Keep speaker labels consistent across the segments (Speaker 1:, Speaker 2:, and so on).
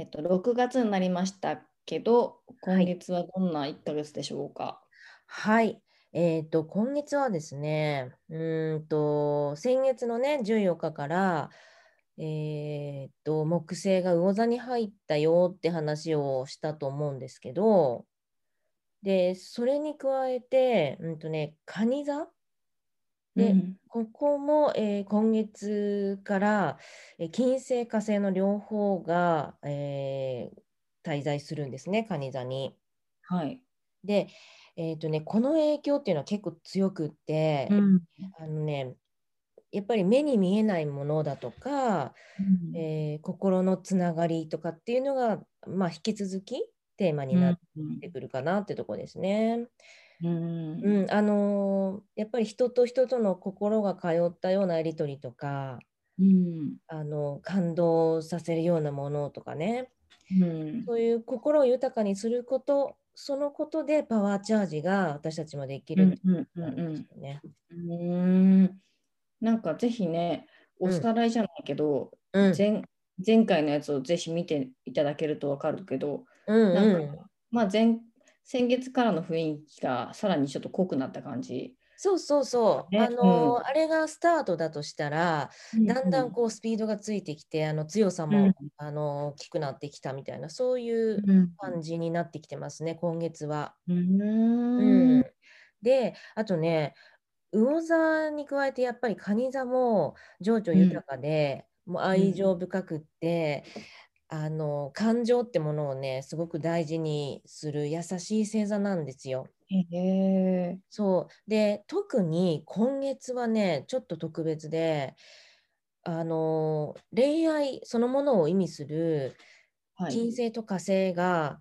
Speaker 1: っと、6月になりましたけど、
Speaker 2: は
Speaker 1: 今
Speaker 2: い。
Speaker 1: 月はどんな1ヶ月でしょうか。
Speaker 2: はい。えっと、今月はですね、うーんと、先月のね、14日から、えっと、木星が魚座に入ったよって話をしたと思うんですけど、で、それに加えて、うんとね、蟹座
Speaker 1: う
Speaker 2: で、
Speaker 1: ん。
Speaker 2: ここも、えー今月から、えー金星、火星の両方が、えー滞在するんですね、蟹座に。
Speaker 1: はい。
Speaker 2: で、えーとね、この影響っていうのは結構強くっ
Speaker 1: う
Speaker 2: て、
Speaker 1: ん。
Speaker 2: あのね、やっぱり目に見えないものだとか、
Speaker 1: うん。
Speaker 2: えー心のつながりとかっていうのが、まあ、引き続きテーマに
Speaker 1: う
Speaker 2: なっ
Speaker 1: ん。う
Speaker 2: て
Speaker 1: ん。
Speaker 2: くるかなってとこですね。
Speaker 1: うん
Speaker 2: うん、あのーやっぱり人と人との心が通ったようなやり取りとか、
Speaker 1: うん
Speaker 2: あの感動させるようなものとかね、
Speaker 1: うん
Speaker 2: そういう心を豊かにすること、そのことでパワーチャージが私たちもでき
Speaker 1: う
Speaker 2: るっ
Speaker 1: ん
Speaker 2: て
Speaker 1: うん
Speaker 2: ことなん
Speaker 1: う
Speaker 2: です
Speaker 1: ん
Speaker 2: よね。
Speaker 1: うんうーんなんかぜひね、お
Speaker 2: うん、
Speaker 1: さらいじゃないけど、
Speaker 2: うん、
Speaker 1: 前、前回のやつをぜひ見ていただけるとわかるけど、
Speaker 2: う
Speaker 1: なん
Speaker 2: ん、
Speaker 1: か、
Speaker 2: うん。
Speaker 1: まあ、前、先月からの雰囲気がさらにちょっと濃くなった感じ。
Speaker 2: そうそうそう。
Speaker 1: ね、
Speaker 2: あ
Speaker 1: うん。
Speaker 2: のーあれがスタートだとしたら、
Speaker 1: うん
Speaker 2: だん
Speaker 1: う
Speaker 2: だん
Speaker 1: ん。
Speaker 2: こうスピードがついてきて、あの強さ
Speaker 1: う
Speaker 2: も、
Speaker 1: ん。
Speaker 2: あのー大きくなってきたみたいな、そういう
Speaker 1: うん。
Speaker 2: 感じになってきてますね、今月は。
Speaker 1: う
Speaker 2: う
Speaker 1: ーん。
Speaker 2: ん。で、あとね、魚座に加えてやっぱり蟹座も情緒
Speaker 1: うん。
Speaker 2: 豊かで、もう
Speaker 1: う
Speaker 2: 愛
Speaker 1: ん。
Speaker 2: 情深くって、あの、感情ってものをね、すごく大事にする優しい星座なんですよ。
Speaker 1: へえ。
Speaker 2: そう。で、特に今月はね、ちょっと特別で、あの、恋愛そのものを意味する
Speaker 1: はい。
Speaker 2: 金星と火星が、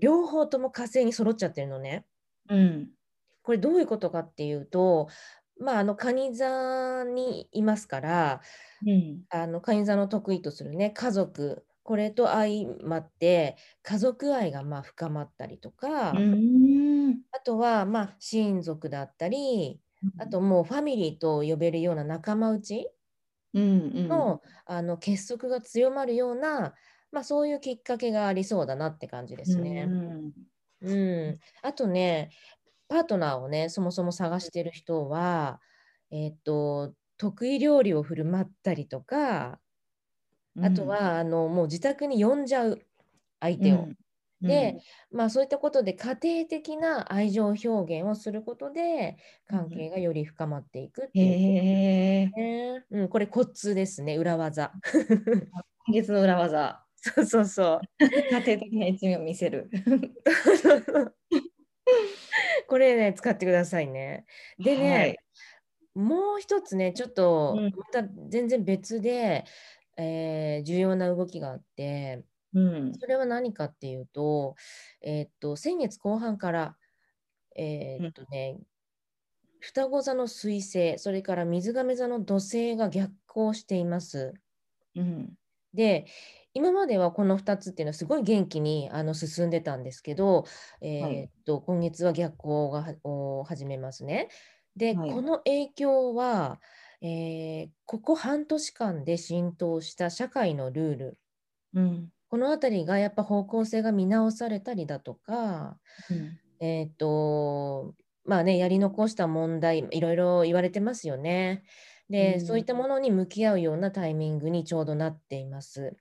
Speaker 2: 両方とも火星に揃っちゃってるのね。
Speaker 1: うん。
Speaker 2: これどういうことかっていうと、まあ、あの、蟹座にいますから、
Speaker 1: うん。
Speaker 2: あの、蟹座の得意とするね、家族、これと相まって、家族愛がまあ深まったりと
Speaker 1: う
Speaker 2: か、
Speaker 1: ーん。
Speaker 2: あとは、まあ、親族だったり、
Speaker 1: う
Speaker 2: あと
Speaker 1: ん。
Speaker 2: もうファミリーと呼べるような仲間内
Speaker 1: うんうん。
Speaker 2: の、あの結束が強まるような、まあ、そういうきっかけがありそうだなって感じで
Speaker 1: う
Speaker 2: すね。
Speaker 1: ん。
Speaker 2: うん。あとね、パートナーをね、そもそも探してる人は、えっと、得意料理を振る舞ったりとか、
Speaker 1: う
Speaker 2: あと
Speaker 1: ん。
Speaker 2: は、あの、もう自宅に呼んじゃう、相
Speaker 1: う
Speaker 2: 手を。
Speaker 1: ん。う
Speaker 2: で、
Speaker 1: ん。
Speaker 2: まあそういったことで家庭的な愛情表現をすることで
Speaker 1: う
Speaker 2: 関係
Speaker 1: ん
Speaker 2: がより深まっていくっていうこ
Speaker 1: へえ。
Speaker 2: とね。うん、これコツですね、裏技。
Speaker 1: 今月の裏技。
Speaker 2: そう そうそ
Speaker 1: 家庭的な一面を見せ る。
Speaker 2: う。これね、使ってくださいね。で
Speaker 1: は
Speaker 2: ね、
Speaker 1: い。
Speaker 2: もう一つね、ちょっ
Speaker 1: う
Speaker 2: と
Speaker 1: ん。
Speaker 2: また全然別で、えー重要な動きがあって、
Speaker 1: うん。
Speaker 2: それは何かっていうと、えーっと、先月後半から、えー
Speaker 1: う
Speaker 2: っ
Speaker 1: ん。
Speaker 2: とね、双子座の彗星、それから水亀座の土星が逆行しています。
Speaker 1: うん。
Speaker 2: で、今まではこの2つっていうのはすごい元気にあの進んでたんですけど、
Speaker 1: は
Speaker 2: えー
Speaker 1: い。
Speaker 2: っと、今月は逆行がはを始めますね。で、
Speaker 1: は
Speaker 2: こ
Speaker 1: い。
Speaker 2: の影響は、えーここ半年間で浸透した社会のルール、
Speaker 1: うん。
Speaker 2: このあたりがやっぱ方向性が見直されたりだとか、
Speaker 1: うん。
Speaker 2: えっと、まあね、やり残した問題、いろいろ言われてますよね。
Speaker 1: う
Speaker 2: で、そういっ
Speaker 1: ん。
Speaker 2: たものに向き合うようなタイミングにちょうどなっています。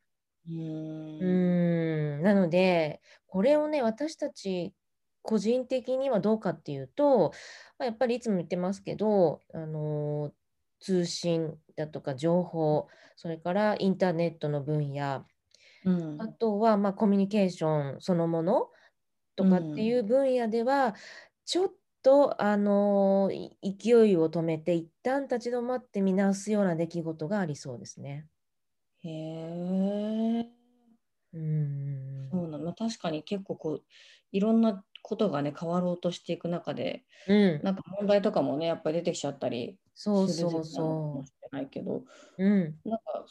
Speaker 1: う
Speaker 2: うー
Speaker 1: ん。
Speaker 2: ん、なので、これをね、私たち個人的にはどうかっていうと、まあ、やっぱりいつも言ってますけど、あのー通信だとか情報、それからインターネットの分野、
Speaker 1: う
Speaker 2: あ
Speaker 1: ん。
Speaker 2: とは、まあ、コミュニケーションそのものと
Speaker 1: う
Speaker 2: かってい
Speaker 1: ん。
Speaker 2: う分野では、ちょっと、あのーい勢いを止めて、一旦立ち止まって見直すような出来事がありそうですね。
Speaker 1: へえ。
Speaker 2: うーん。
Speaker 1: そうなの、確かに結構こういろんなことがね変わろうとしていく中で
Speaker 2: うん。
Speaker 1: なんか問題とかもねやっぱり出てきちゃったり
Speaker 2: そう
Speaker 1: する
Speaker 2: そ
Speaker 1: 時
Speaker 2: う
Speaker 1: 期なのかも
Speaker 2: そ
Speaker 1: しれないけど
Speaker 2: う。うん。
Speaker 1: なんか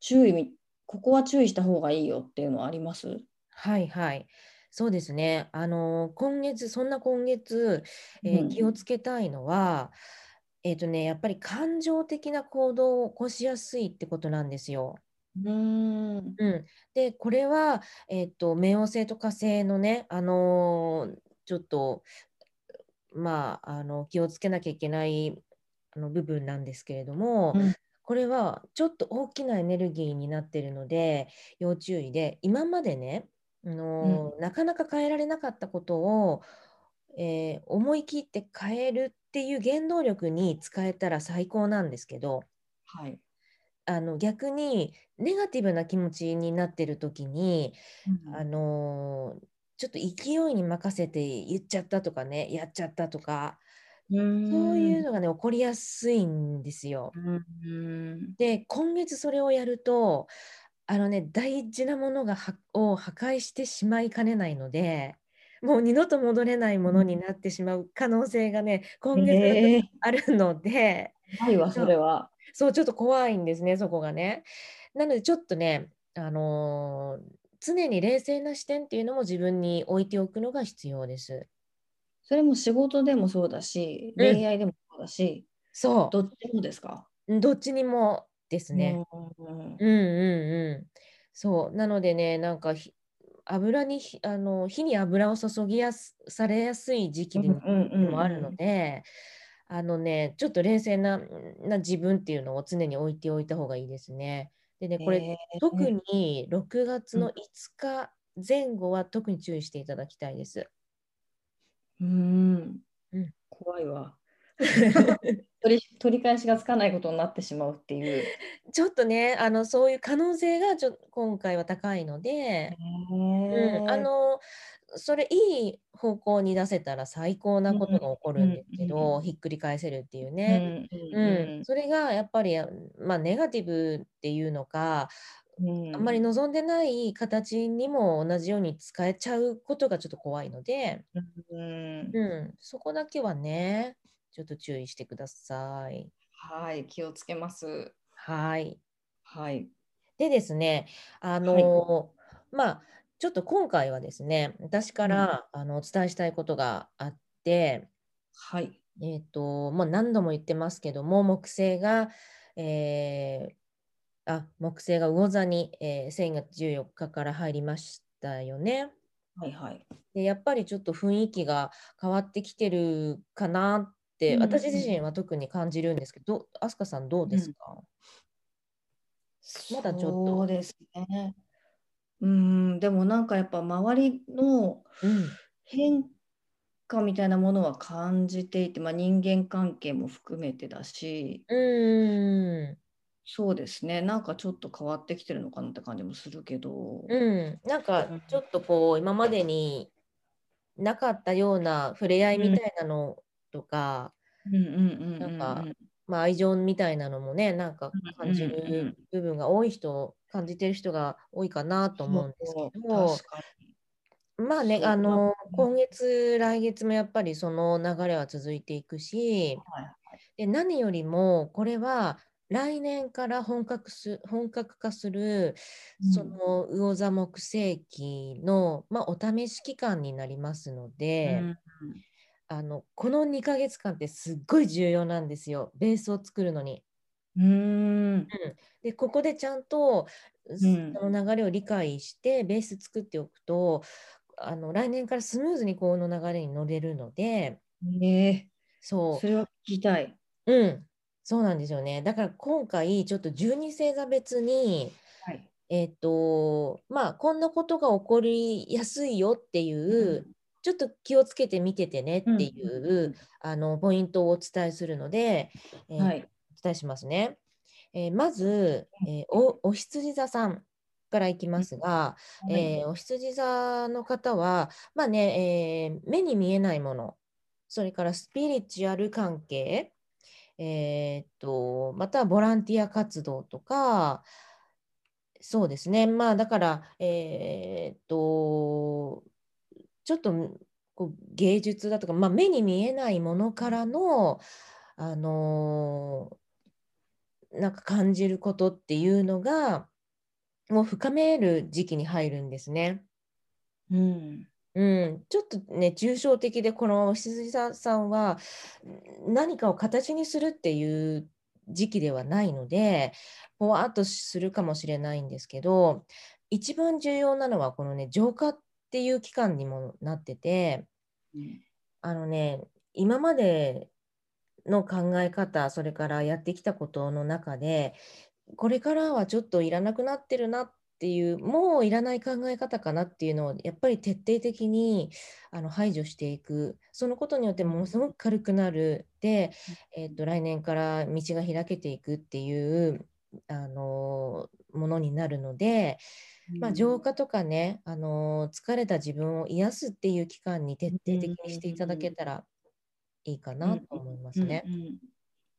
Speaker 1: 注意みここは注意した方がいいよっていうのはあります
Speaker 2: はいはい。そうですね。あの、今月、そんな今月、
Speaker 1: う
Speaker 2: えー気を
Speaker 1: ん。
Speaker 2: つけたいのは、えっとね、やっぱり感情的な行動を起こしやすいってことなんですよ。
Speaker 1: うんうん
Speaker 2: うん、でこれは、えっと冥王星と火星のね、あのーちょっと、まあ、あの気をつけなきゃいけないあの部分なんですけれども、
Speaker 1: うん
Speaker 2: これはちょっと大きなエネルギーになってるので要注意で今までね、あのーなかなか変えられなかったことを、えー思い切って変えるっていう原動力に使えたら最高なんですけど。
Speaker 1: はい。
Speaker 2: あの逆にネガティブな気持ちになってる時に、
Speaker 1: うん
Speaker 2: あのーちょっと勢いに任せて言っちゃったとかねやっちゃったとかそういうのがね起こりやすいんですよ。
Speaker 1: うん
Speaker 2: で今月それをやるとあのね大事なものがはを破壊してしまいかねないのでもう二度と戻れないものになってしまう可能性がね今月
Speaker 1: ええ
Speaker 2: あるので。
Speaker 1: 怖いわそれは。
Speaker 2: そう、ちょっと怖いんですね、そこがね。なので、ちょっとね、あのー常に冷静な視点っていうのも自分に置いておくのが必要です。
Speaker 1: それも仕事でもそうだし、
Speaker 2: うん
Speaker 1: 恋愛でもそうだし、
Speaker 2: そ
Speaker 1: どっちでもですか。
Speaker 2: う、どっちにもですね。
Speaker 1: うん
Speaker 2: うんうんうん。そう、なのでね、なんかひ油にひあの火に油を注ぎやすされやすい時期でも
Speaker 1: うんうんうん
Speaker 2: もあるので、あのね、ちょっと冷静なな自分っていうのを常に置いておいた方がいいですね。でね、これ、
Speaker 1: ええ
Speaker 2: 特に6月の5日前後は特に注意していただきたいです。
Speaker 1: うん
Speaker 2: うん
Speaker 1: 怖いわ。取り取り返しがつかないことになってしまうっていう。
Speaker 2: ちょっとね、あのそういう可能性がちょ今回は高いので、うん、あのそれいい方向に出せたら最高なことが起こるんですけ
Speaker 1: うんうん
Speaker 2: ど、ひっくり返せるっていう
Speaker 1: ね、
Speaker 2: ね。うんそれがやっぱり、まあ、ネガティブっていうのか、
Speaker 1: うん
Speaker 2: あんまり望んでない形にも同じように使えちゃうことがちょっと怖いので、
Speaker 1: うん
Speaker 2: うん、そこだけはね、ちょっと注意してください。
Speaker 1: はい、気をつけます。
Speaker 2: はい。
Speaker 1: はい。
Speaker 2: でですね、あのまあ、ちょっと今回はですね、私から、あのお伝えしたいことがあって、
Speaker 1: はい。
Speaker 2: えっ、と、もう何度も言ってますけども、木星が、えーあ、木星が魚座に、えー、先月14日から入りましたよね。
Speaker 1: はいはい。
Speaker 2: で、やっぱりちょっと雰囲気が変わってきてるかなって、
Speaker 1: うんうん
Speaker 2: 私自身は特に感じるんですけど、どう飛鳥さんどうですか、まだちょっと
Speaker 1: そうですね。うん、でもなんかやっぱ周りの
Speaker 2: うん
Speaker 1: 変化みたいなものは感じていて、まあ、人間関係も含めてだし、
Speaker 2: うーん、
Speaker 1: そうですね、なんかちょっと変わってきてるのかなって感じもするけど、
Speaker 2: うん、なん
Speaker 1: う
Speaker 2: か
Speaker 1: ん
Speaker 2: ちょっとこう今までになかったような触れ合いみたいなのとか、
Speaker 1: うんうんうんうんうん
Speaker 2: なんかまあ、愛情みたいなのもねなんか感じ
Speaker 1: うんうんうん
Speaker 2: る部分が多い人感じてる人が多いかなと思うんですけど
Speaker 1: そう確かに
Speaker 2: まあね
Speaker 1: そう
Speaker 2: あの
Speaker 1: うん
Speaker 2: 今月来月もやっぱりその流れは続いていくし
Speaker 1: はい
Speaker 2: で何よりもこれは来年から本格す本格化する
Speaker 1: うん
Speaker 2: その魚座木星期の、まあ、お試し期間になりますので、
Speaker 1: うん
Speaker 2: あのこの2ヶ月間ってすっごい重要なんですよベースを作るのに。
Speaker 1: うーん
Speaker 2: でここでちゃんとそ
Speaker 1: ん
Speaker 2: の流れを理解してベース作っておくとあの来年からスムーズにこの流れに乗れるので
Speaker 1: えー、
Speaker 2: そ
Speaker 1: それは聞きたい。
Speaker 2: う、うん、そうなんですよねだから今回ちょっと12星座別に、
Speaker 1: はい。
Speaker 2: えっとまあ、こんなことが起こりやすいよっていう、ちょっと気をつけて見ててねっていう、
Speaker 1: うん
Speaker 2: あのポイントをお伝えするので、えー
Speaker 1: はい。
Speaker 2: お伝えしますね。えーまず、えーおお羊座さんからいきますが、えーお羊座の方は、まあねえー目に見えないもの、それからスピリチュアル関係、えーっとまたはボランティア活動とか、そうですね、まあだから、えーっとちょっとこう芸術だとか、まあ、目に見えないものからの、あのーなんか感じることっていうのがもう深める時期に入るんですね。
Speaker 1: うん。
Speaker 2: うん、ちょっとね抽象的でこのお羊座さんはん何かを形にするっていう時期ではないので、ぽわーっとするかもしれないんですけど、一番重要なのは、このね、浄化っていう期間にもなってて、
Speaker 1: うん
Speaker 2: あのね、今までの考え方、それからやってきたことの中で、これからはちょっといらなくなってるなっていう、もういらない考え方かなっていうのを、やっぱり徹底的にあの排除していく、そのことによってものすごく軽くなる、で、えっと来年から道が開けていくっていうあのものになるので、まあ、浄化とかね、あのー疲れた自分を癒すっていう期間に徹底的にしていただけたらいいかなと思いますね。
Speaker 1: うんうん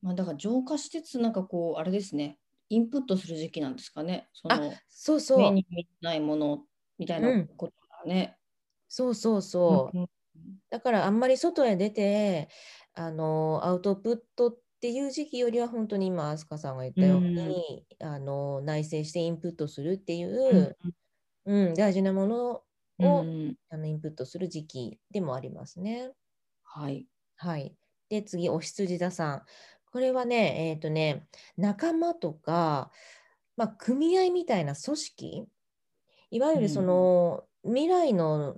Speaker 1: まあ、だから浄化しつつ、なんかこう、あれですね、インプットする時期なんですかね、その
Speaker 2: そうそ
Speaker 1: 目
Speaker 2: う、
Speaker 1: に見えないものみたいなことだね。
Speaker 2: そうそうそう。だからあんまり外へ出て、あのーアウトプットっていう時期よりは本当に今、飛鳥さんが言ったように、あのー内省してインプットするっていう、うん大事なものを、
Speaker 1: うんうん
Speaker 2: あのインプットする時期でもありますね。
Speaker 1: はい。
Speaker 2: はい。で、次、お羊座さん。これはね、えっ、とね、仲間とか、まあ、組合みたいな組織、いわゆ
Speaker 1: うん
Speaker 2: るその、未来の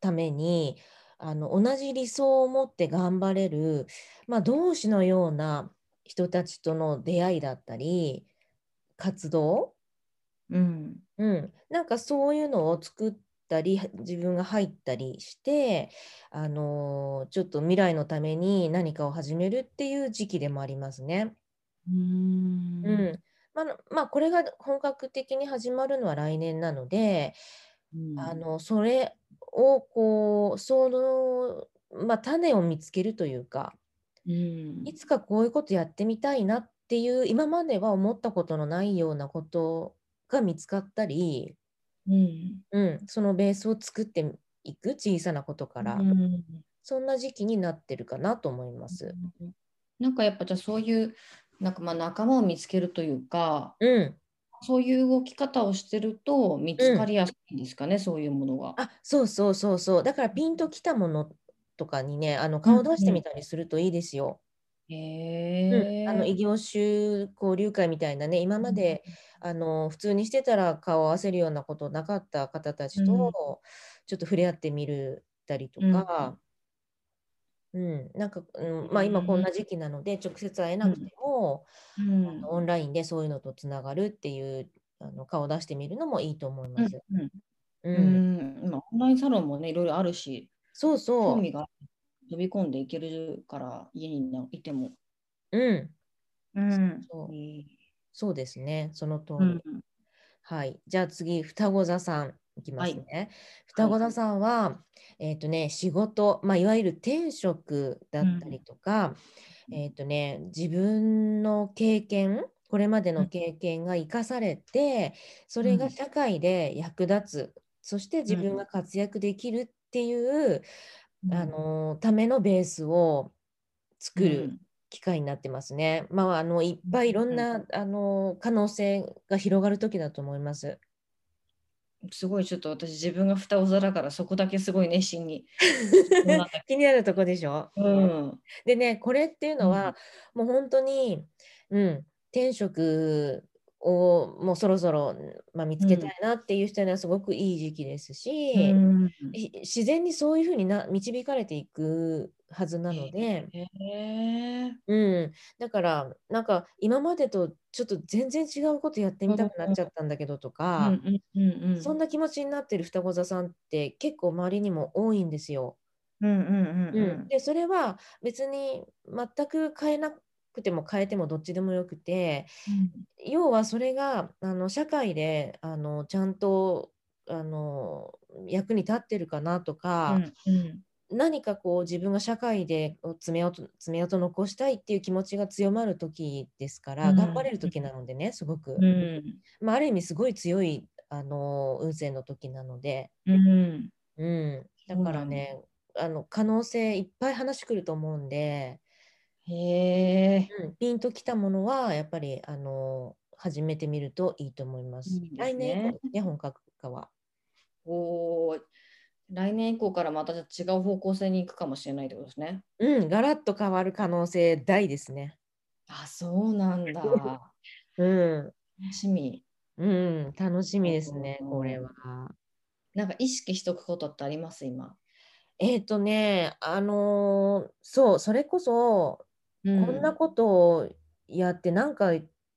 Speaker 2: ために、あの同じ理想を持って頑張れる、まあ、同志のような人たちとの出会いだったり、活動、
Speaker 1: うん。
Speaker 2: うん、なんかそういうのを作ったり自分が入ったりして、あのーちょっと未来のために何かを始めるっていう時期でもありますね。
Speaker 1: うん
Speaker 2: うんまああのまあ、これが本格的に始まるのは来年なので、
Speaker 1: うん
Speaker 2: あのそれをこうその、まあ、種を見つけるというか
Speaker 1: うん
Speaker 2: いつかこういうことやってみたいなっていう今までは思ったことのないようなことが見つかったり。
Speaker 1: うん
Speaker 2: うん、そのベースを作っていく小さなことから、
Speaker 1: うん
Speaker 2: そんな時期になってるかなと思います。
Speaker 1: なんかやっぱじゃあそういうなんかまあ仲間を見つけるというか
Speaker 2: うん、
Speaker 1: そういう動き方をしてると見つかりやすいんですかね、そういうものが。
Speaker 2: あ、そうそうそうそう。だからピンときたものとかにね、あの顔出してみたりするといいですよ。
Speaker 1: へ
Speaker 2: うん、
Speaker 1: え。
Speaker 2: あの異業種交流会みたいなね、今まで、あの普通にしてたら顔を合わせるようなことなかった方たちと、
Speaker 1: うん
Speaker 2: ちょっと触れ合ってみるたりとか、うん、なんか、うん、まあ今こんな時期なので直接会えなくても。
Speaker 1: うん、
Speaker 2: あのオンラインでそういうのとつながるっていうあの顔を出してみるのもいいと思い
Speaker 1: うん
Speaker 2: ます。
Speaker 1: うん
Speaker 2: うん
Speaker 1: うん今オンラインサロンもねいろいろあるし
Speaker 2: そうそ
Speaker 1: 興
Speaker 2: う、
Speaker 1: 味が飛び込んでいけるから家にいても。
Speaker 2: うん、
Speaker 1: うん
Speaker 2: そう
Speaker 1: いい
Speaker 2: そうですね、その通
Speaker 1: う
Speaker 2: り。
Speaker 1: ん
Speaker 2: はい、じゃあ次、双子座さんいきますね。
Speaker 1: はい
Speaker 2: 双子座さんは、えっ、とね、仕事、まあ、いわゆる転職だったりとか、
Speaker 1: うん
Speaker 2: えっ、とね、自分の経験、これまでの経験が生かされて、それ
Speaker 1: う
Speaker 2: が
Speaker 1: ん
Speaker 2: 社会で役立つ、そして自分が活躍できるっていう、
Speaker 1: うん
Speaker 2: あのーためのベースを作る。機会になってますね。まあ、あのいっぱいいろんな、あの可能性が広がる時だと思います。
Speaker 1: うんすごいちょっと私自分が蓋を皿だからそこだけすごい熱心 に。
Speaker 2: 気になるとこでしょ
Speaker 1: うん
Speaker 2: でねこれっていうのは、もう本当に、うん、転職をもうそろそろ、まあ、見つけたいなっていう人にはすごくいい時期ですし、
Speaker 1: うん
Speaker 2: ひ自然にそういうふうにな導かれていくはずなので、
Speaker 1: へえ
Speaker 2: うん、だからなんか今までとちょっと全然違うことやってみたくなっちゃったんだけどと
Speaker 1: う
Speaker 2: か、
Speaker 1: んうんうんうん
Speaker 2: そんな気持ちになってる双子座さんって結構周りにも多いんですよ。
Speaker 1: うんうんうんうん
Speaker 2: でそれは別に全く変えなくても変えてもどっちでもよくて要はそれがあの社会であのちゃんとあの役に立ってるかなとか、
Speaker 1: うん
Speaker 2: 何かこう自分が社会でこう爪痕爪痕残したいっていう気持ちが強まる時ですから、
Speaker 1: うん
Speaker 2: 頑張れる時なのでねすごく、
Speaker 1: うんうん
Speaker 2: まあ、ある意味すごい強いあの運勢の時なので。
Speaker 1: うん
Speaker 2: うん、だ
Speaker 1: そう
Speaker 2: から
Speaker 1: なんだ
Speaker 2: ね、あの可能性いっぱい話してくると思うんで、
Speaker 1: へえ
Speaker 2: うん、ピンときたものはやっぱりあの始めてみるといいと思います。
Speaker 1: いいですね
Speaker 2: 来年以降ね、本格化は。
Speaker 1: おー来年以降からまたじゃあ違う方向性に行くかもしれないってことですね。
Speaker 2: うん、ガラッと変わる可能性大ですね。
Speaker 1: あ、そうなん だ。楽
Speaker 2: うん、
Speaker 1: しみ。
Speaker 2: うん、楽しみですね、
Speaker 1: うん
Speaker 2: これは。
Speaker 1: なんか意識しとくことってあります今。
Speaker 2: えっとね、あのーそう、それこそ、
Speaker 1: う
Speaker 2: こんなことをやってなんか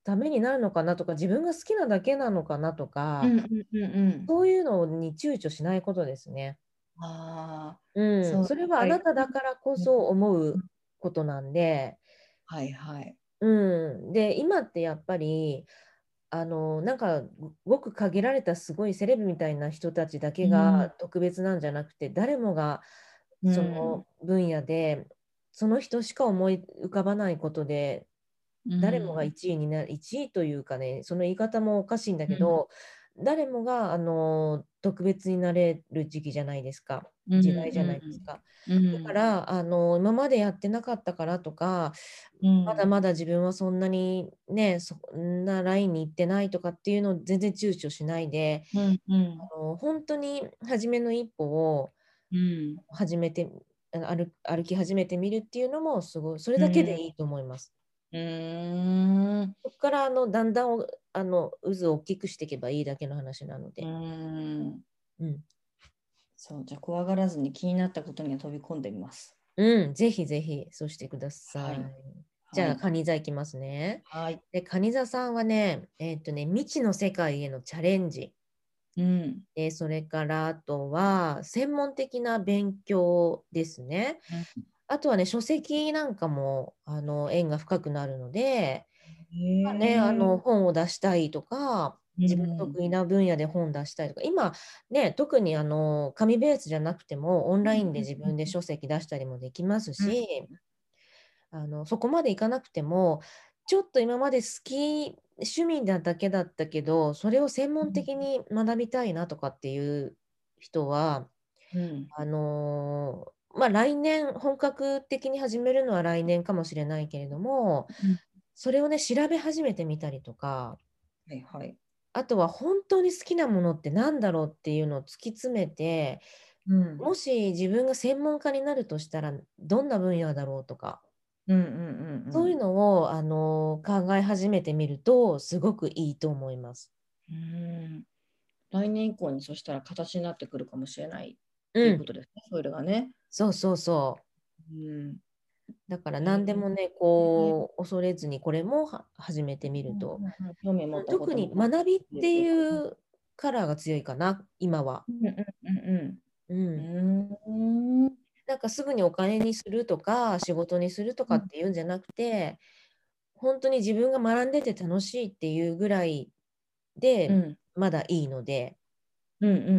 Speaker 2: ためになるのかなとか、自分が好きなだけなのかなとか、
Speaker 1: うんうんうんうん。
Speaker 2: そういうのに躊躇しないことですね。
Speaker 1: あ
Speaker 2: うん、
Speaker 1: そう
Speaker 2: それはあなただからこそ思うことなんで、
Speaker 1: あ、はいはい。
Speaker 2: うん、で今ってやっぱりあのなんかごごく限られたすごいセレブみたいな人たちだけ
Speaker 1: うん
Speaker 2: が特別なんじゃなくて、誰もがその分野で、その人しか思い浮かばないことで
Speaker 1: うん
Speaker 2: 誰もが1位になる、1位というかねその言い方もおかしいんだけど、誰もがあの特別になれる時期じゃないですか時代じゃないです。か。
Speaker 1: うん
Speaker 2: だか、らあの今までやってなかったからとか
Speaker 1: うん
Speaker 2: まだまだ自分はそんなにねそんなラインに行ってないとかっていうのを全然躊躇しないで
Speaker 1: うんうん
Speaker 2: あの本当に初めの一歩を
Speaker 1: うん。
Speaker 2: 始めてあの歩歩き始めてみるっていうのもすごいそれだけでいいと思います。
Speaker 1: うーん。
Speaker 2: そこからあのだんだんおあの渦を大きくしていけばいいだけの話なので。
Speaker 1: うん
Speaker 2: うん、
Speaker 1: そう、じゃあ怖がらずに気になったことには飛び込んでみます。
Speaker 2: うん、ぜひぜひそうしてくださ
Speaker 1: は
Speaker 2: い。
Speaker 1: い
Speaker 2: じゃあ、カニ座いきますね。
Speaker 1: はい。はい。
Speaker 2: で、カニ座さんはね、えーっとね、未知の世界へのチャレンジ。
Speaker 1: うん。
Speaker 2: で、それからあとは、専門的な勉強ですね。あとはね、書籍なんかも、あの、縁が深くなるので、まあね、あの、本を出したいとか、自分の得意な分野で本出したいとか、今、ね、特にあの、紙ベースじゃなくても、オンラインで自分で書籍出したりもできますし、あの、そこまでいかなくても、ちょっと今まで好き、趣味なだけだったけど、それを専門的に学びたいなとかっていう人は、
Speaker 1: うん。
Speaker 2: あのーまあ来年本格的に始めるのは来年かもしれないけれども、
Speaker 1: うん
Speaker 2: それをね調べ始めてみたりとか
Speaker 1: はいはい。
Speaker 2: あとは本当に好きなものって何だろうっていうのを突き詰めて
Speaker 1: うん
Speaker 2: もし自分が専門家になるとしたらどんな分野だろうとか、
Speaker 1: うんうんうん。
Speaker 2: そういうのを、あのー考え始めてみるとすごくいいと思います。
Speaker 1: うん。来年以降にそしたら形になってくるかもしれないと
Speaker 2: う
Speaker 1: いうこ
Speaker 2: ん、
Speaker 1: とですね、それがね。
Speaker 2: そうそうそう
Speaker 1: うん。
Speaker 2: だから
Speaker 1: へえ
Speaker 2: 何でもねこう恐れずにこれもは始めてみると。
Speaker 1: 興味を持ったことも
Speaker 2: 特に学びっていうカラーが強いかな今は、
Speaker 1: うんうん
Speaker 2: う、
Speaker 1: うんんうん。うーん。
Speaker 2: なんかすぐにお金にするとか仕事にするとかっていうんじゃなくて本当に自分が学んでて楽しいっていうぐらい
Speaker 1: う
Speaker 2: で
Speaker 1: ん
Speaker 2: まだいいので、
Speaker 1: うんうんうん
Speaker 2: う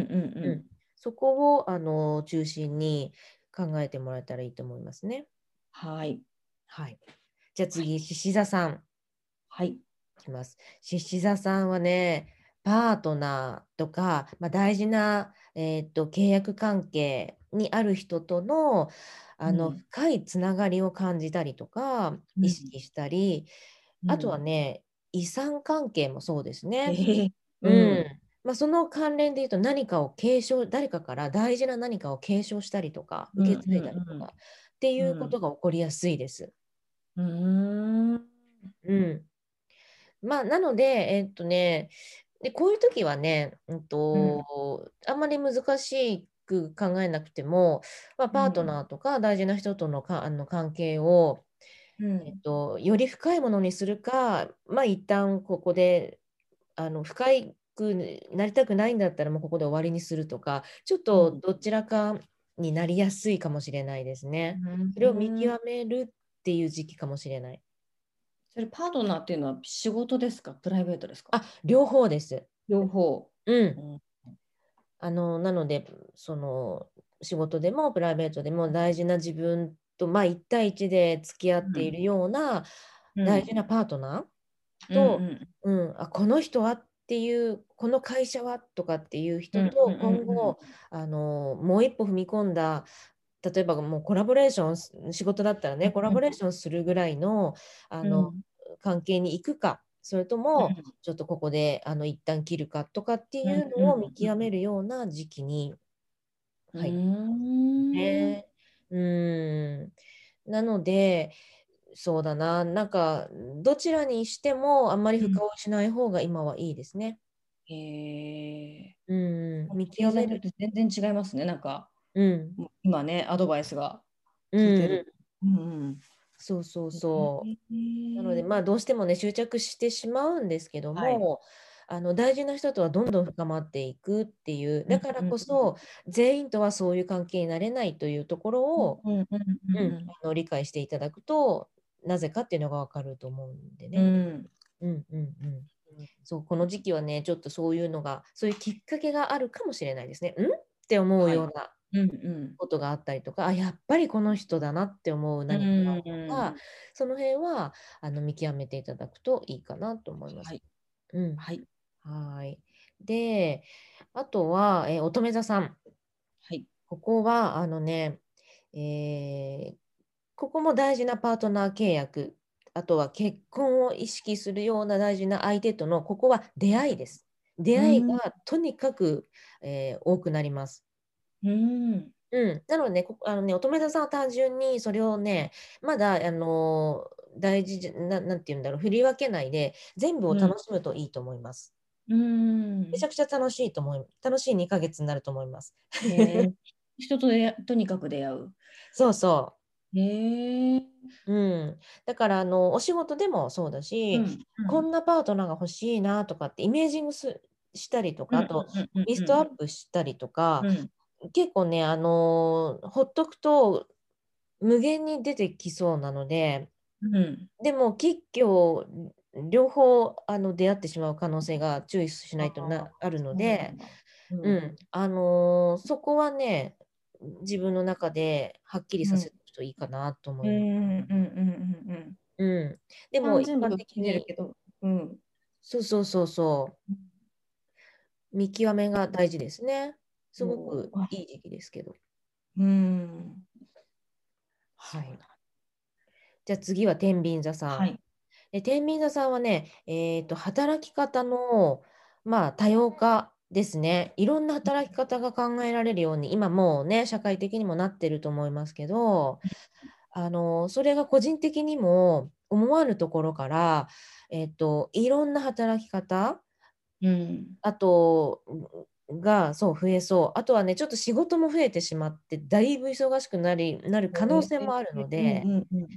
Speaker 2: んそこをあの中心に考えてもらえたらいいと思いますね。
Speaker 1: はい。
Speaker 2: はい、じゃあ次獅子座さん
Speaker 1: はい。
Speaker 2: いきます。獅子座さんはね、パートナーとか、まあ、大事な、えーっと契約関係にある人とのあの、
Speaker 1: うん
Speaker 2: 深いつながりを感じたりとか
Speaker 1: うん
Speaker 2: 意識したり、あとはね遺産関係もそうです
Speaker 1: うん。
Speaker 2: ね。
Speaker 1: ええ
Speaker 2: うんまあ、その関連で言うと何かを継承誰かから大事な何かを継承したりとか
Speaker 1: うん
Speaker 2: 受け継いだりとか、
Speaker 1: うんうん
Speaker 2: っていうことが起こりやすいです。
Speaker 1: うん。う
Speaker 2: うん。まあ、なので、えっとね、で、こういう時はね、うんと、あんまり難しく考えなくても、まあ、パートナーとか大事な人とのか、あの関係を、
Speaker 1: ーん。
Speaker 2: えっと、より深いものにするか、まあ、一旦ここで、あの、深くなりたくないんだったら、もうここで終わりにするとか、ちょっと
Speaker 1: うん
Speaker 2: どちらかになりやすいかもしれないですね。
Speaker 1: うん
Speaker 2: それを見極めるっていう時期かもしれない。
Speaker 1: それパートナーっていうのは仕事ですかプライベートですか
Speaker 2: あ、両方です。
Speaker 1: 両方。
Speaker 2: うん
Speaker 1: うん。
Speaker 2: あのなのでその仕事でもプライベートでも大事な自分と、まあ、1対1で付き合っているような大事なパートナーと、
Speaker 1: うん
Speaker 2: うんあこの人はっていうこの会社はとかっていう人と
Speaker 1: うんうんうんうん
Speaker 2: 今後あのもう一歩踏み込んだ例えばもうコラボレーションす仕事だったらねコラボレーションするぐらいのあ
Speaker 1: うん
Speaker 2: の、関係に行くかそれと
Speaker 1: うん
Speaker 2: も、ちょっとここであの一旦切るかとかっていうのを見極めるような時期に
Speaker 1: うん
Speaker 2: 入っ
Speaker 1: うーん
Speaker 2: て、うん、なのでそうだな。なんか、どちらにしても、あんまり深追いしない方が今はいいですね。
Speaker 1: へえ
Speaker 2: うん。見
Speaker 1: 見
Speaker 2: 極
Speaker 1: 極め
Speaker 2: める
Speaker 1: る。と全然違いますね。なんか、
Speaker 2: うん。
Speaker 1: もう今ね、アドバイスが。
Speaker 2: うん
Speaker 1: 聞いて
Speaker 2: う
Speaker 1: る
Speaker 2: ん。
Speaker 1: うんうん、
Speaker 2: そうそうそう。な
Speaker 1: な
Speaker 2: ので、まあ、どうしてもね、執着してしまうんですけど
Speaker 1: はい
Speaker 2: も、あの大事な人とはどんどん深まっていくっていう、だからこそ、全員とはそういう関係になれないというところを、
Speaker 1: うんうんうん
Speaker 2: う
Speaker 1: うんん
Speaker 2: あの理解していただくと、なぜかっていうのが分かると思うんで
Speaker 1: う
Speaker 2: ね。
Speaker 1: ん
Speaker 2: うんうんうんそう、この時期はね、ちょっとそういうのが、そういうきっかけがあるかもしれないですね。んって思うような
Speaker 1: うんうん
Speaker 2: ことがあったりとか、あ、やっぱりこの人だなって思う
Speaker 1: う
Speaker 2: 何かがある
Speaker 1: ん
Speaker 2: かその辺はあの見極めていただくといいかなと思いま
Speaker 1: は
Speaker 2: す。
Speaker 1: い
Speaker 2: うん、
Speaker 1: はい
Speaker 2: はーい。で、あとは、えー乙女座さん。
Speaker 1: はい
Speaker 2: ここは、あのね、えーここも大事なパートナー契約、あとは結婚を意識するような大事な相手との、ここは出会いです。出会い
Speaker 1: うん
Speaker 2: がとにかく、えー多くなります。
Speaker 1: うん
Speaker 2: うん、なのでね、こあのね、乙女座さんは単純にそれをね、まだ、あのー大事じゃな、なんて言うんだろう、振り分けないで、全部を楽しむといいと思います。
Speaker 1: うん
Speaker 2: めちゃくちゃ楽しいと思い、楽しい2ヶ月になると思います。
Speaker 1: へー人と出会とにかく出会う
Speaker 2: そうそ
Speaker 1: へえ
Speaker 2: う。うん。だから、あの、お仕事でもそうだし、こんなパートナーが欲しいなとかってイメージングすしたりとか、あと、リストアップしたりとか、結構ね、あのーほっとくと無限に出てきそうなので、
Speaker 1: うん
Speaker 2: でも結局両方あの出会ってしまう可能性が注意しないと
Speaker 1: あ
Speaker 2: な
Speaker 1: ー
Speaker 2: あるので、
Speaker 1: うん
Speaker 2: うんあのーそこはね自分の中ではっきりさせるといいかなと思
Speaker 1: うんう
Speaker 2: いま
Speaker 1: ん
Speaker 2: す。
Speaker 1: うんうんうん
Speaker 2: うんで
Speaker 1: で
Speaker 2: も
Speaker 1: も
Speaker 2: 一
Speaker 1: 全部
Speaker 2: 般
Speaker 1: が
Speaker 2: 的
Speaker 1: 気になる
Speaker 2: に
Speaker 1: けどうん
Speaker 2: そうそうそうそう見極めが大事ですね。すごく
Speaker 1: おー
Speaker 2: いい時期ですけど。
Speaker 1: うん
Speaker 2: はい、じゃあ次は天秤座さん。
Speaker 1: はい
Speaker 2: で天秤座さんはね、えーと働き方の、まあ、多様化ですねいろんな働き方が考えられるように今もうね社会的にもなってると思いますけどあのそれが個人的にも思わぬところから、えー、といろんな働き方
Speaker 1: うん
Speaker 2: あとがそう増えそうあとはねちょっと仕事も増えてしまってだいぶ忙しくなりなる可能性もあるので。
Speaker 1: うんうんうん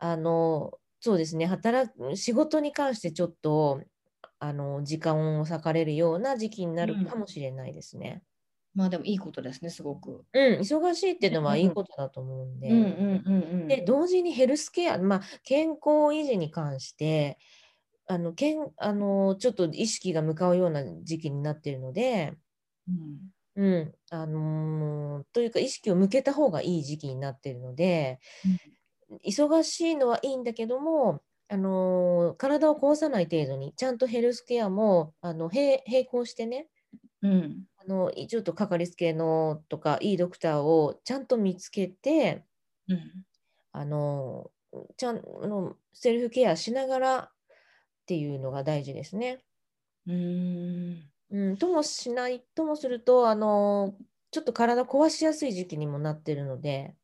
Speaker 2: あの、そうですね、働く、仕事に関してちょっと、あの、時間を割かれるような時期になるかもしれないですね。
Speaker 1: まあでもいいことですね、すごく。
Speaker 2: うん、忙しいっていうのは
Speaker 1: うん
Speaker 2: いいことだと思うん
Speaker 1: う
Speaker 2: で。
Speaker 1: んうんうんうん。
Speaker 2: で、同時にヘルスケア、まあ、健康維持に関して、あの、けん、あの、ちょっと意識が向かうような時期になっているので、
Speaker 1: うん
Speaker 2: うん、あのーというか意識を向けた方がいい時期になっているので、忙しいのはいいんだけども、あのー体を壊さない程度にちゃんとヘルスケアもあの並並行してね
Speaker 1: うん
Speaker 2: あのいちょっとかかりつけのとかいいドクターをちゃんと見つけて、
Speaker 1: うん
Speaker 2: あのーちゃんあのセルフケアしながらっていうのが大事ですね。
Speaker 1: うーん
Speaker 2: うん、ともしないともすると、あのーちょっと体壊しやすい時期にもなってるので、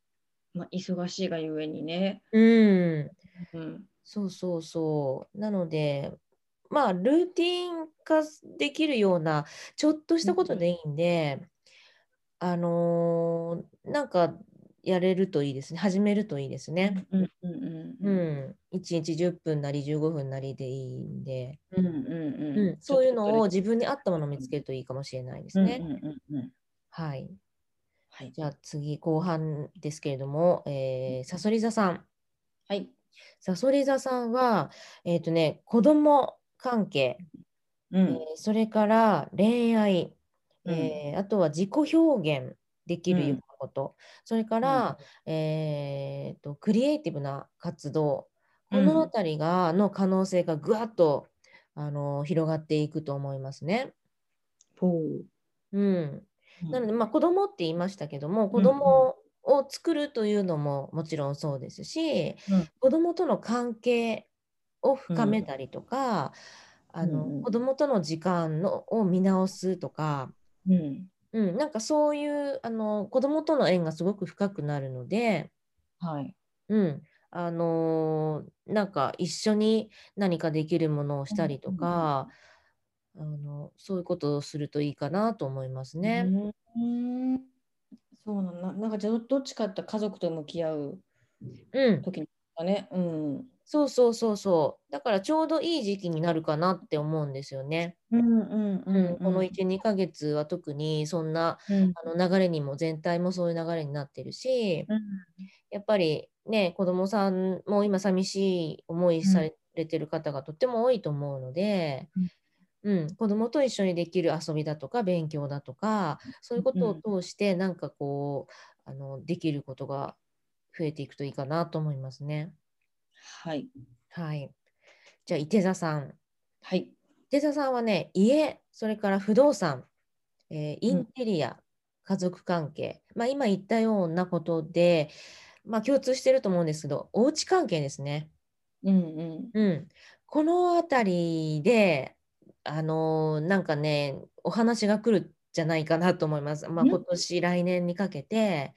Speaker 1: まあ、忙しいがゆえにね。
Speaker 2: うん、
Speaker 1: うん
Speaker 2: そうそうそうなのでまあルーティン化できるようなちょっとしたことでいいんで、あのーなんかやれるといいですね始めるといいですね。
Speaker 1: うんうん
Speaker 2: う、
Speaker 1: うんん
Speaker 2: 1日10分なり15分なりでいいんで、
Speaker 1: うんうん
Speaker 2: うん
Speaker 1: うん
Speaker 2: そういうのを
Speaker 1: ちょっ
Speaker 2: 自分に合ったものを見つけるといいかもしれないで
Speaker 1: と
Speaker 2: す
Speaker 1: うん
Speaker 2: ね。
Speaker 1: うんうんうん
Speaker 2: はい
Speaker 1: はい
Speaker 2: じゃあ次後半ですけれども、えー、サソリ座さん。
Speaker 1: はい
Speaker 2: サソリ座さんは、えっ、とね、子供関係、
Speaker 1: う
Speaker 2: えー
Speaker 1: ん
Speaker 2: それから恋愛、
Speaker 1: うん
Speaker 2: えーあとは自己表現できるよう
Speaker 1: うん
Speaker 2: なこと、それから、えーとクリエイティブな活動
Speaker 1: う
Speaker 2: こ
Speaker 1: ん
Speaker 2: のあたりがの可能性がぐわっと、あの広がっていくと思いますね。
Speaker 1: ほう
Speaker 2: うん、
Speaker 1: うん
Speaker 2: なので、まあ、子供って言いましたけども子
Speaker 1: うん
Speaker 2: 供を作るというのももちろんそうですし、
Speaker 1: うん
Speaker 2: 子供との関係を深めたりとか、あの
Speaker 1: うんうん
Speaker 2: 子供との時間のを見直すとか、
Speaker 1: うん
Speaker 2: うん、なんかそういうあの子供との縁がすごく深くなるので、
Speaker 1: はい
Speaker 2: うん、あのーなんか一緒に何かできるものをしたりとか、あのそういうことをするといいかなと思いますね。
Speaker 1: うんそうなんだ。なんかじゃあどっちかっていうと家族と向き合う
Speaker 2: うん、
Speaker 1: 時にだね。うん。
Speaker 2: そうそうそうそう。だからちょうどいい時期になるかなって思うんですよね。
Speaker 1: うんうんう
Speaker 2: うん、この
Speaker 1: 一
Speaker 2: 1、2ヶ月は特にそんな
Speaker 1: うん
Speaker 2: あの流れにも全体もそういう流れになってるし、
Speaker 1: うん
Speaker 2: やっぱりね、子供さんも今寂しい思いされてる方がとっても多いと思うので、うん、子供と一緒にできる遊びだとか勉強だとか、そういうことを通してなんかこう、あのできることが増えていくといいかなと思いますね。
Speaker 1: はい
Speaker 2: はい。じゃあ、伊手座さん。
Speaker 1: はい。
Speaker 2: 伊手座さんはね、家、それから不動産、えーインテリア、家族関係、まあ、今言ったようなことで、まあ、共通してると思うんですけど、おうち関係ですね。
Speaker 1: うんうん。
Speaker 2: うん。このあたりで、あのーなんかね、お話が来るんじゃないかなと思います。まあ、
Speaker 1: うん
Speaker 2: 今年、来年にかけて、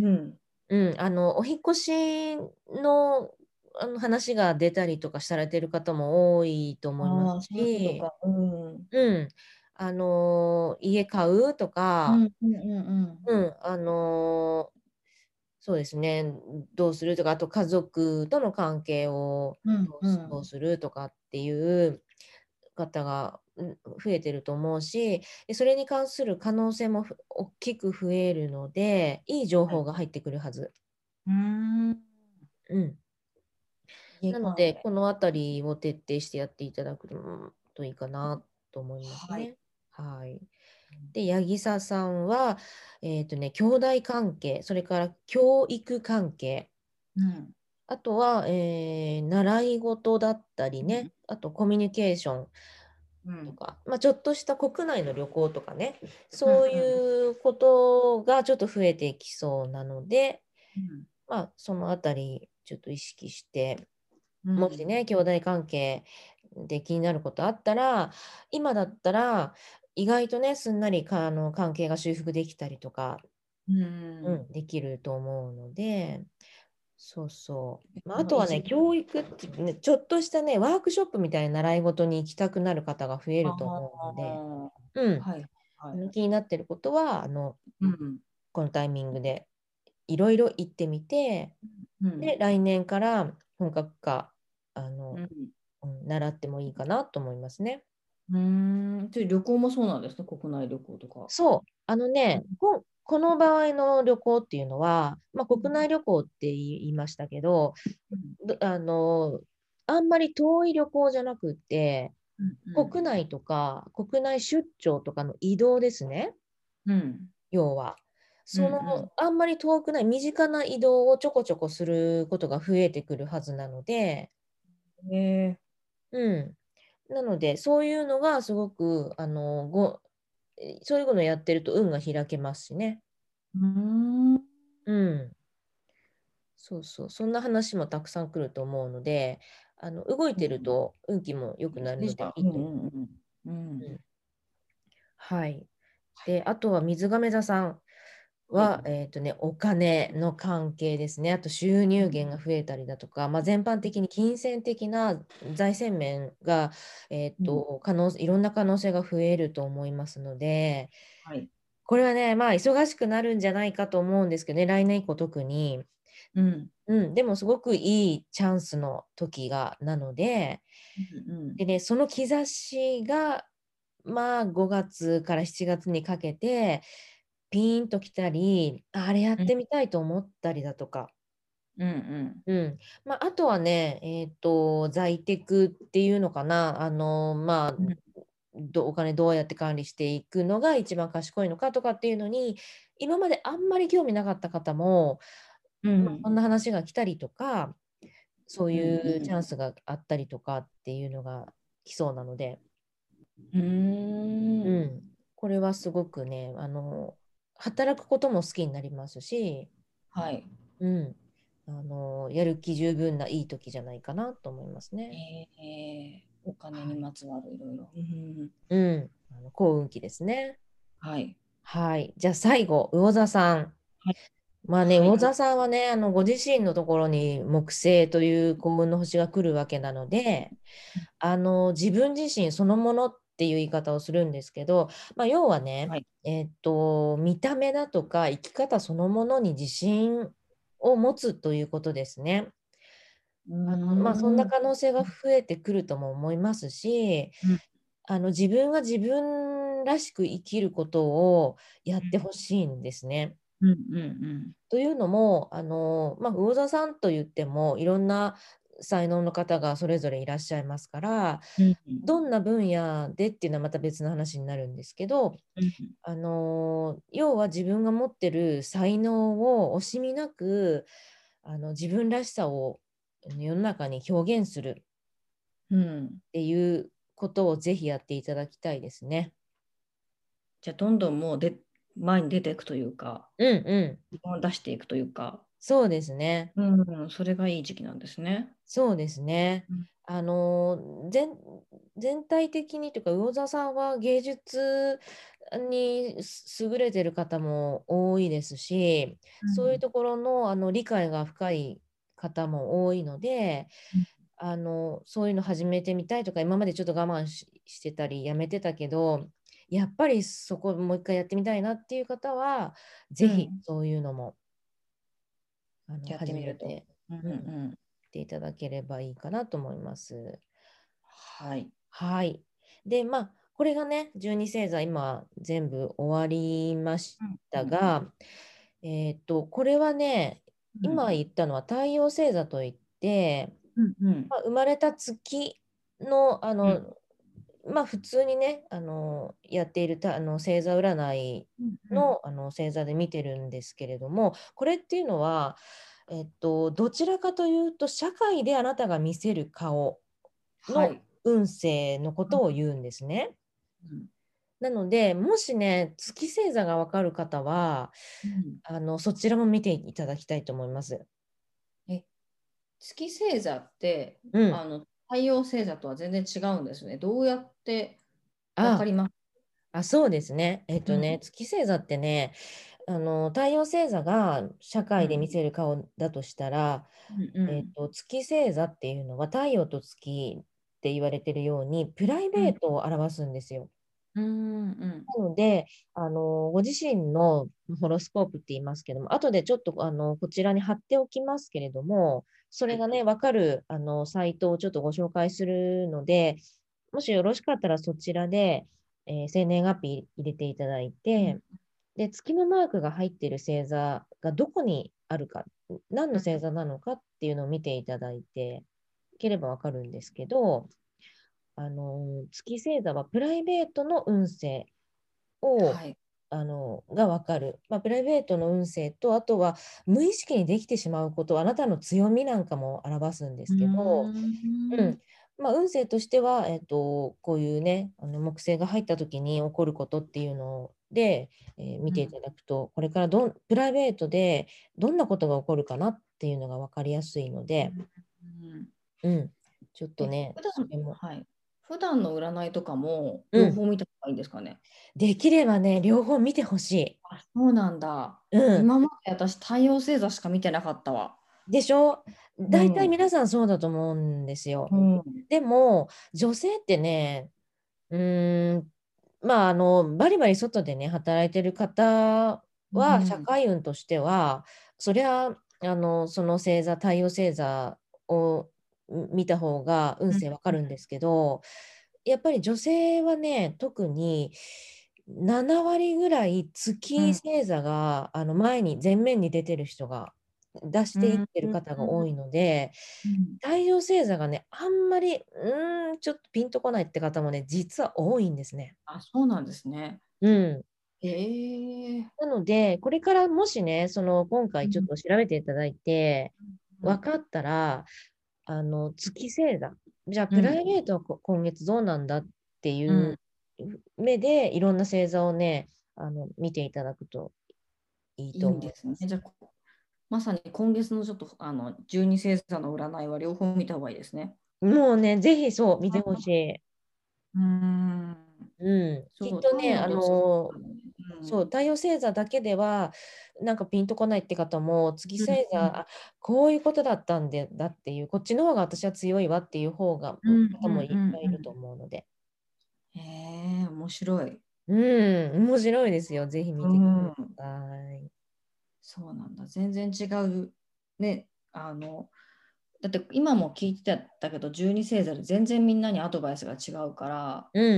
Speaker 1: うん
Speaker 2: うん、あのお引っ越しのあの話が出たりとかされてる方も多いと思い
Speaker 1: あ
Speaker 2: ま
Speaker 1: あ
Speaker 2: す
Speaker 1: そういう
Speaker 2: し、
Speaker 1: ことか。うん。うん
Speaker 2: うん、あのー家買うとか、
Speaker 1: うんうん
Speaker 2: うんあのーそうですねどうするとかあと家族との関係を
Speaker 1: うん
Speaker 2: どう
Speaker 1: う
Speaker 2: す
Speaker 1: ん
Speaker 2: どうするとかっていう方がうん増えてると思うしでそれに関する可能性もふ大きく増えるのでいい情報が入ってくるはず。
Speaker 1: うん。
Speaker 2: うん
Speaker 1: うん。
Speaker 2: なので、このあたりを徹底してやっていただくといいかなと思いますね。はい。で、八木佐さんは、えっ、とね、兄弟関係、それから教育関係、
Speaker 1: うん。
Speaker 2: あとは、えー習い事だったりね、あとコミュニケーション
Speaker 1: う
Speaker 2: と
Speaker 1: ん。
Speaker 2: か、まあ、ちょっとした国内の旅行とかね、そういうことがちょっと増えてきそうなので、まあ、そのあたり、ちょっと意識して
Speaker 1: うん
Speaker 2: もし。ね、兄弟関係で気になることあったら、今だったら、意外とね、すんなりかあの関係が修復できたりとか、
Speaker 1: うん
Speaker 2: う、
Speaker 1: うん
Speaker 2: できると思うので、そうそう。
Speaker 1: ま
Speaker 2: まあ、
Speaker 1: あ
Speaker 2: あとはね、
Speaker 1: いじ
Speaker 2: 教育って、ね、ちょっとしたね、ワークショップみたいな習い事に行きたくなる方が増え
Speaker 1: ん。
Speaker 2: ると思
Speaker 1: 思
Speaker 2: うので、うん、
Speaker 1: はい
Speaker 2: あ
Speaker 1: は
Speaker 2: の
Speaker 1: い。
Speaker 2: 気になってることは、あの
Speaker 1: うん
Speaker 2: このタイミングでいろいろ行ってみて、
Speaker 1: うん。
Speaker 2: で、来年から本格化、あの、
Speaker 1: うん。
Speaker 2: うん習ってもいいかなと思いますね。
Speaker 1: うーん、ちょ旅行もそうなんですね、国内旅行とか。
Speaker 2: そう、あのね、ここの場合の旅行っていうのは、まあ、国内旅行って言い言いましたけど、どあのあんまり遠い旅行じゃなくって、国内とか国内出張とかの移動ですね、
Speaker 1: うん、
Speaker 2: 要は。その、
Speaker 1: うんうん
Speaker 2: あんまり遠くない身近な移動をちょこちょこすることが増えてくるはずなので、
Speaker 1: うん。え
Speaker 2: うん。なので、そういうのがすごく、あの、ご、えそういうのをやってると運が開けますしね。
Speaker 1: ー、うーん。
Speaker 2: うん。そうそう。そんな話もたくさん来ると思うので、あの、動いてると運気も良くなるの
Speaker 1: で
Speaker 2: で
Speaker 1: し
Speaker 2: いいと
Speaker 1: た。うんうんうん。うん。
Speaker 2: はい。で、あとは水亀座さんは、えっとね、お金の関係ですね。あと収入源が増えたりだとか、まあ、全般的に金銭的な財政面が、えっと、可能、いろんな可能性が増えると思いますので、
Speaker 1: はい。
Speaker 2: これはね、まあ、忙しくなるんじゃないかと思うんですけどね、来年以降特に。
Speaker 1: うん。うん
Speaker 2: うん、でもすごくいいチャンスの時がなので、
Speaker 1: うん
Speaker 2: でね、その兆しが、まあ、5月から7月にかけて、ピーンと来たり、ああれやってみたいと思ったりだとか、
Speaker 1: うんうん。
Speaker 2: うんまあ、あとはね、えっと、在宅っていうのかな、あの、まあ
Speaker 1: ん、
Speaker 2: どお金どうやって管理していくのが一番賢いのかとかっていうのに、今まであんまり興味なかった方も、
Speaker 1: う
Speaker 2: まあ
Speaker 1: ん
Speaker 2: そんな話が来たりとか、そうい
Speaker 1: んうんう
Speaker 2: うんチャンスがあったりとかっていうのが来そうなので、
Speaker 1: う
Speaker 2: うん
Speaker 1: ん。
Speaker 2: これはすごくね、あの、働くことも好きになりますし、
Speaker 1: はい。
Speaker 2: うん、あの、やる気十分ないい時じゃないかなと思いますね。
Speaker 1: えー、お金にまつわるいろいろ。うん
Speaker 2: うん、あの幸運期ですね。
Speaker 1: はい。
Speaker 2: はい、じゃあ最後、魚座さん。
Speaker 1: は
Speaker 2: まあね、
Speaker 1: はい
Speaker 2: 魚座さんはね、あのご自身のところに木星という幸運の星が来るわけなので、あの自分自身そのものっていう言い方をするんですけど、まあ、要はね、
Speaker 1: はい
Speaker 2: えーっと、見た目だとか生き方そのものに自信を持つということですね。あのまあ、そんな可能性が増えてくるとも思いますし、
Speaker 1: うん
Speaker 2: あの自分が自分らしく生きることをやってほしいんですね。
Speaker 1: うんうん
Speaker 2: というのも、あのまあ、魚座さんといってもいろんな才能の方がそれぞれいらっしゃいますから
Speaker 1: うんうん
Speaker 2: どんな分野でっていうのはまた別の話になるんですけど、
Speaker 1: うん
Speaker 2: あの要は自分が持ってる才能を惜しみなくあの自分らしさをあの世の中に表現する
Speaker 1: うん
Speaker 2: っていうことをぜひやっていただきたいですね。
Speaker 1: じゃあどんどんもうで前に出ていくというか
Speaker 2: うんうん
Speaker 1: 自分を出していくというか、
Speaker 2: そうですね。
Speaker 1: うん、それがいい時期なんですね。
Speaker 2: そうですね
Speaker 1: うん。
Speaker 2: あの全全体的にというか魚座さんは芸術にす優れてる方も多いですし、そういうところのあの理解が深い方も多いので
Speaker 1: うん、
Speaker 2: あのそういうの始めてみたいとか今までちょっと我慢ししてたりやめてたけど、やっぱりそこもう一回やってみたいなっていう方はぜひ
Speaker 1: うん
Speaker 2: そういうのもあの
Speaker 1: やって
Speaker 2: 始
Speaker 1: み
Speaker 2: め
Speaker 1: ると
Speaker 2: て。
Speaker 1: うんうんうん、
Speaker 2: っていただければいいかなと思います。
Speaker 1: はい。
Speaker 2: はい。で、まあ、これがね、12星座、今、全部終わりましたが、えっと、これはね、今言ったのは太陽星座といって、
Speaker 1: うんうん
Speaker 2: まあ、生まれた月の、あの、まあ、普通にね、あの、やっているたあの星座占いの,、あの星座で見てるんですけれどもこれっていうのは、えっと、どちらかというと社会であなたが見せる顔
Speaker 1: うんはい、
Speaker 2: 運勢のことを言うんですね。
Speaker 1: うん
Speaker 2: なのでもしね月星座がわかる方は
Speaker 1: うん
Speaker 2: あのそちらも見ていただきたいと思います。
Speaker 1: 月星座って、
Speaker 2: うん、
Speaker 1: あの太陽星座とは全然違うんですね。どうやってわ
Speaker 2: あ
Speaker 1: かります
Speaker 2: あそうですね。えっとね、
Speaker 1: うん
Speaker 2: 月星座ってねあの太陽星座が社会で見せる顔だとしたら、
Speaker 1: うん
Speaker 2: えー、と月星座っていうのは太陽と月って言われてるようにプライベートを表すんですよ。
Speaker 1: うんうん
Speaker 2: なのであのご自身のホロスコープって言いますけども後でちょっとあのこちらに貼っておきますけれどもそれがね分かるあのサイトをちょっとご紹介するのでもしよろしかったらそちらで、えー生年月日入れていただいて、で月のマークが入っている星座がどこにあるか何の星座なのかっていうのを見ていただいていければ分かるんですけど、あの月星座はプライベートの運勢
Speaker 1: うん
Speaker 2: を、
Speaker 1: はい
Speaker 2: あのが分かる、まあ、プライベートの運勢とあとは無意識にできてしまうことあなたの強みなんかも表すんですけど。
Speaker 1: うん
Speaker 2: うんまあ、運勢としては、えっと、こういうねあの木星が入った時に起こることっていうので、えー見ていただくと、これからどんプライベートでどんなことが起こるかなっていうのが分かりやすいので、
Speaker 1: うん
Speaker 2: うん、ちょっとね
Speaker 1: 普
Speaker 2: それ
Speaker 1: 段
Speaker 2: も
Speaker 1: はい、普段の占いとかも
Speaker 2: うん
Speaker 1: 両方見た方がいいんですかね。
Speaker 2: できればね両方見てほし
Speaker 1: あそうなんだ。
Speaker 2: い、うん、
Speaker 1: 今まで私太陽星座しか見てなかったわ。
Speaker 2: でしょ大
Speaker 1: う
Speaker 2: 体
Speaker 1: ん
Speaker 2: 皆さんそうだと思うんですよ。
Speaker 1: うん
Speaker 2: でも女性ってねうーんまああのバリバリ外でね働いてる方
Speaker 1: う
Speaker 2: は
Speaker 1: ん
Speaker 2: 社会運としては、そりゃあのその星座太陽星座をん見た方が運勢わかるんですけど、やっぱり女性はね特に7割ぐらい月星座が、あの前に前面に出てる人が出していってる方が多いので。太陽星座がねあんまりうーんちょっとピンとこないって方もね実は多いんですね。
Speaker 1: あそうなんですね。
Speaker 2: うん、
Speaker 1: へえ
Speaker 2: なのでこれからもしねその今回ちょっと調べていただいて分かったらあの月星座じゃあ
Speaker 1: うん
Speaker 2: プライベートはこ今月どうなんだっていうう目でいろんな星座をねあの見ていただくといい
Speaker 1: いい
Speaker 2: と思
Speaker 1: ん
Speaker 2: う。
Speaker 1: ですね。じゃあこまさに今月のちょっとあの十二星座の占いは両方見た方がいいですね。
Speaker 2: もうねぜひそう見てほしい。
Speaker 1: うん。
Speaker 2: うん、き
Speaker 1: そう
Speaker 2: っとねあ
Speaker 1: そう
Speaker 2: の
Speaker 1: うん
Speaker 2: そう太陽星座だけではなんかピンとこないって方も月星座、
Speaker 1: うん
Speaker 2: あこういうことだったんでだっていうこっちの方が私は強いわっていう方が
Speaker 1: うん
Speaker 2: 方もいっぱいいると思うので、
Speaker 1: へえ面白い。
Speaker 2: うん面白いですよぜひ見て
Speaker 1: うん
Speaker 2: ください。
Speaker 1: そうなんだ全然違うねあのだって今も聞いてたけど12星座で全然みんなにアドバイスが違うから、
Speaker 2: うんうん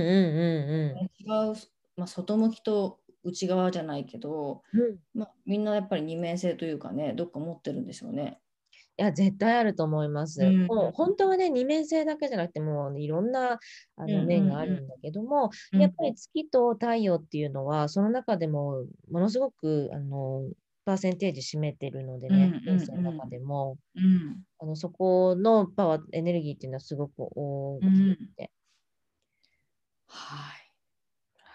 Speaker 1: ね違う、まあ、外向きと内側じゃないけど、
Speaker 2: うんうん。
Speaker 1: まあ、みんなやっぱり二面性というかねどっか持ってるんでしょうね。
Speaker 2: いや、絶対あると思います。
Speaker 1: うん
Speaker 2: もう本当はね、二面性だけじゃなくて、もういろんなあ
Speaker 1: うんうんう
Speaker 2: の
Speaker 1: ん
Speaker 2: 面があるんだけども、やっぱり月と太陽っていうのは、その中でもものすごくあのパーセンテージ占めてるのでね、
Speaker 1: うんうんうん
Speaker 2: 人生の中でも、
Speaker 1: うん、
Speaker 2: あのそこのパワー、エネルギーっていうのはすごく大
Speaker 1: う
Speaker 2: き
Speaker 1: ん
Speaker 2: くて、
Speaker 1: は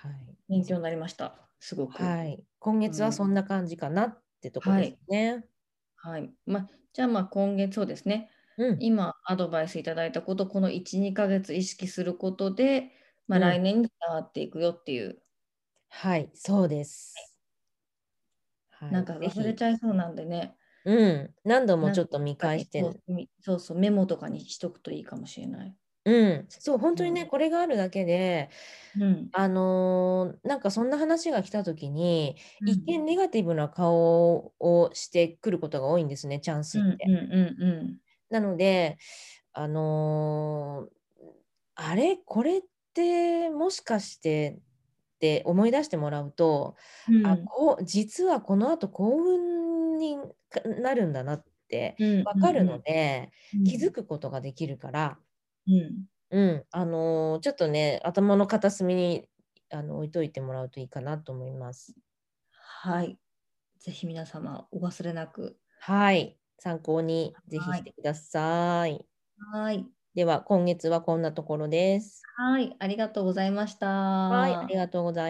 Speaker 1: い
Speaker 2: はい
Speaker 1: 勉強になりましたすごく。
Speaker 2: はい。今月はそんな感じかなってとこですね。
Speaker 1: はいまあ、じゃあまあ今月そうですね
Speaker 2: うん、
Speaker 1: 今アドバイスいただいたことこの12ヶ月意識することで、まあ、
Speaker 2: うん
Speaker 1: 来年につながっていくよっていう、
Speaker 2: はい、そうです。はい
Speaker 1: なんか
Speaker 2: ぜひ
Speaker 1: 忘れちゃいそうなんでね
Speaker 2: うん、何度
Speaker 1: な
Speaker 2: も
Speaker 1: ん
Speaker 2: ちょっと見返して
Speaker 1: そうそうそうメモとかにしとくといいかもしれない。
Speaker 2: うん、そう、本当にね、
Speaker 1: うん
Speaker 2: これがあるだけで、
Speaker 1: うん、
Speaker 2: あのーなんかそんな話が来た時に、
Speaker 1: うん
Speaker 2: 一見ネガティブな顔をしてくることが多いんですね、チャンス
Speaker 1: う
Speaker 2: っ
Speaker 1: ん
Speaker 2: て。
Speaker 1: うんうん
Speaker 2: なので、あのーあれ、これってもしかしてって思い出してもらうと、
Speaker 1: うん
Speaker 2: あ、こう、実はこの後幸運になるんだなって
Speaker 1: うん
Speaker 2: わかるの、で、
Speaker 1: うん
Speaker 2: 気づくことができるから、
Speaker 1: うん
Speaker 2: うん、あのーちょっとね、頭の片隅にあの置いといてもらうといいかなと思います。
Speaker 1: はいぜひ皆様お忘れなく
Speaker 2: はい、参考にぜひ
Speaker 1: はい
Speaker 2: してください。
Speaker 1: はい
Speaker 2: では、今月はこんなところです。
Speaker 1: はいありがとうございました。
Speaker 2: はい、ありがとうございます。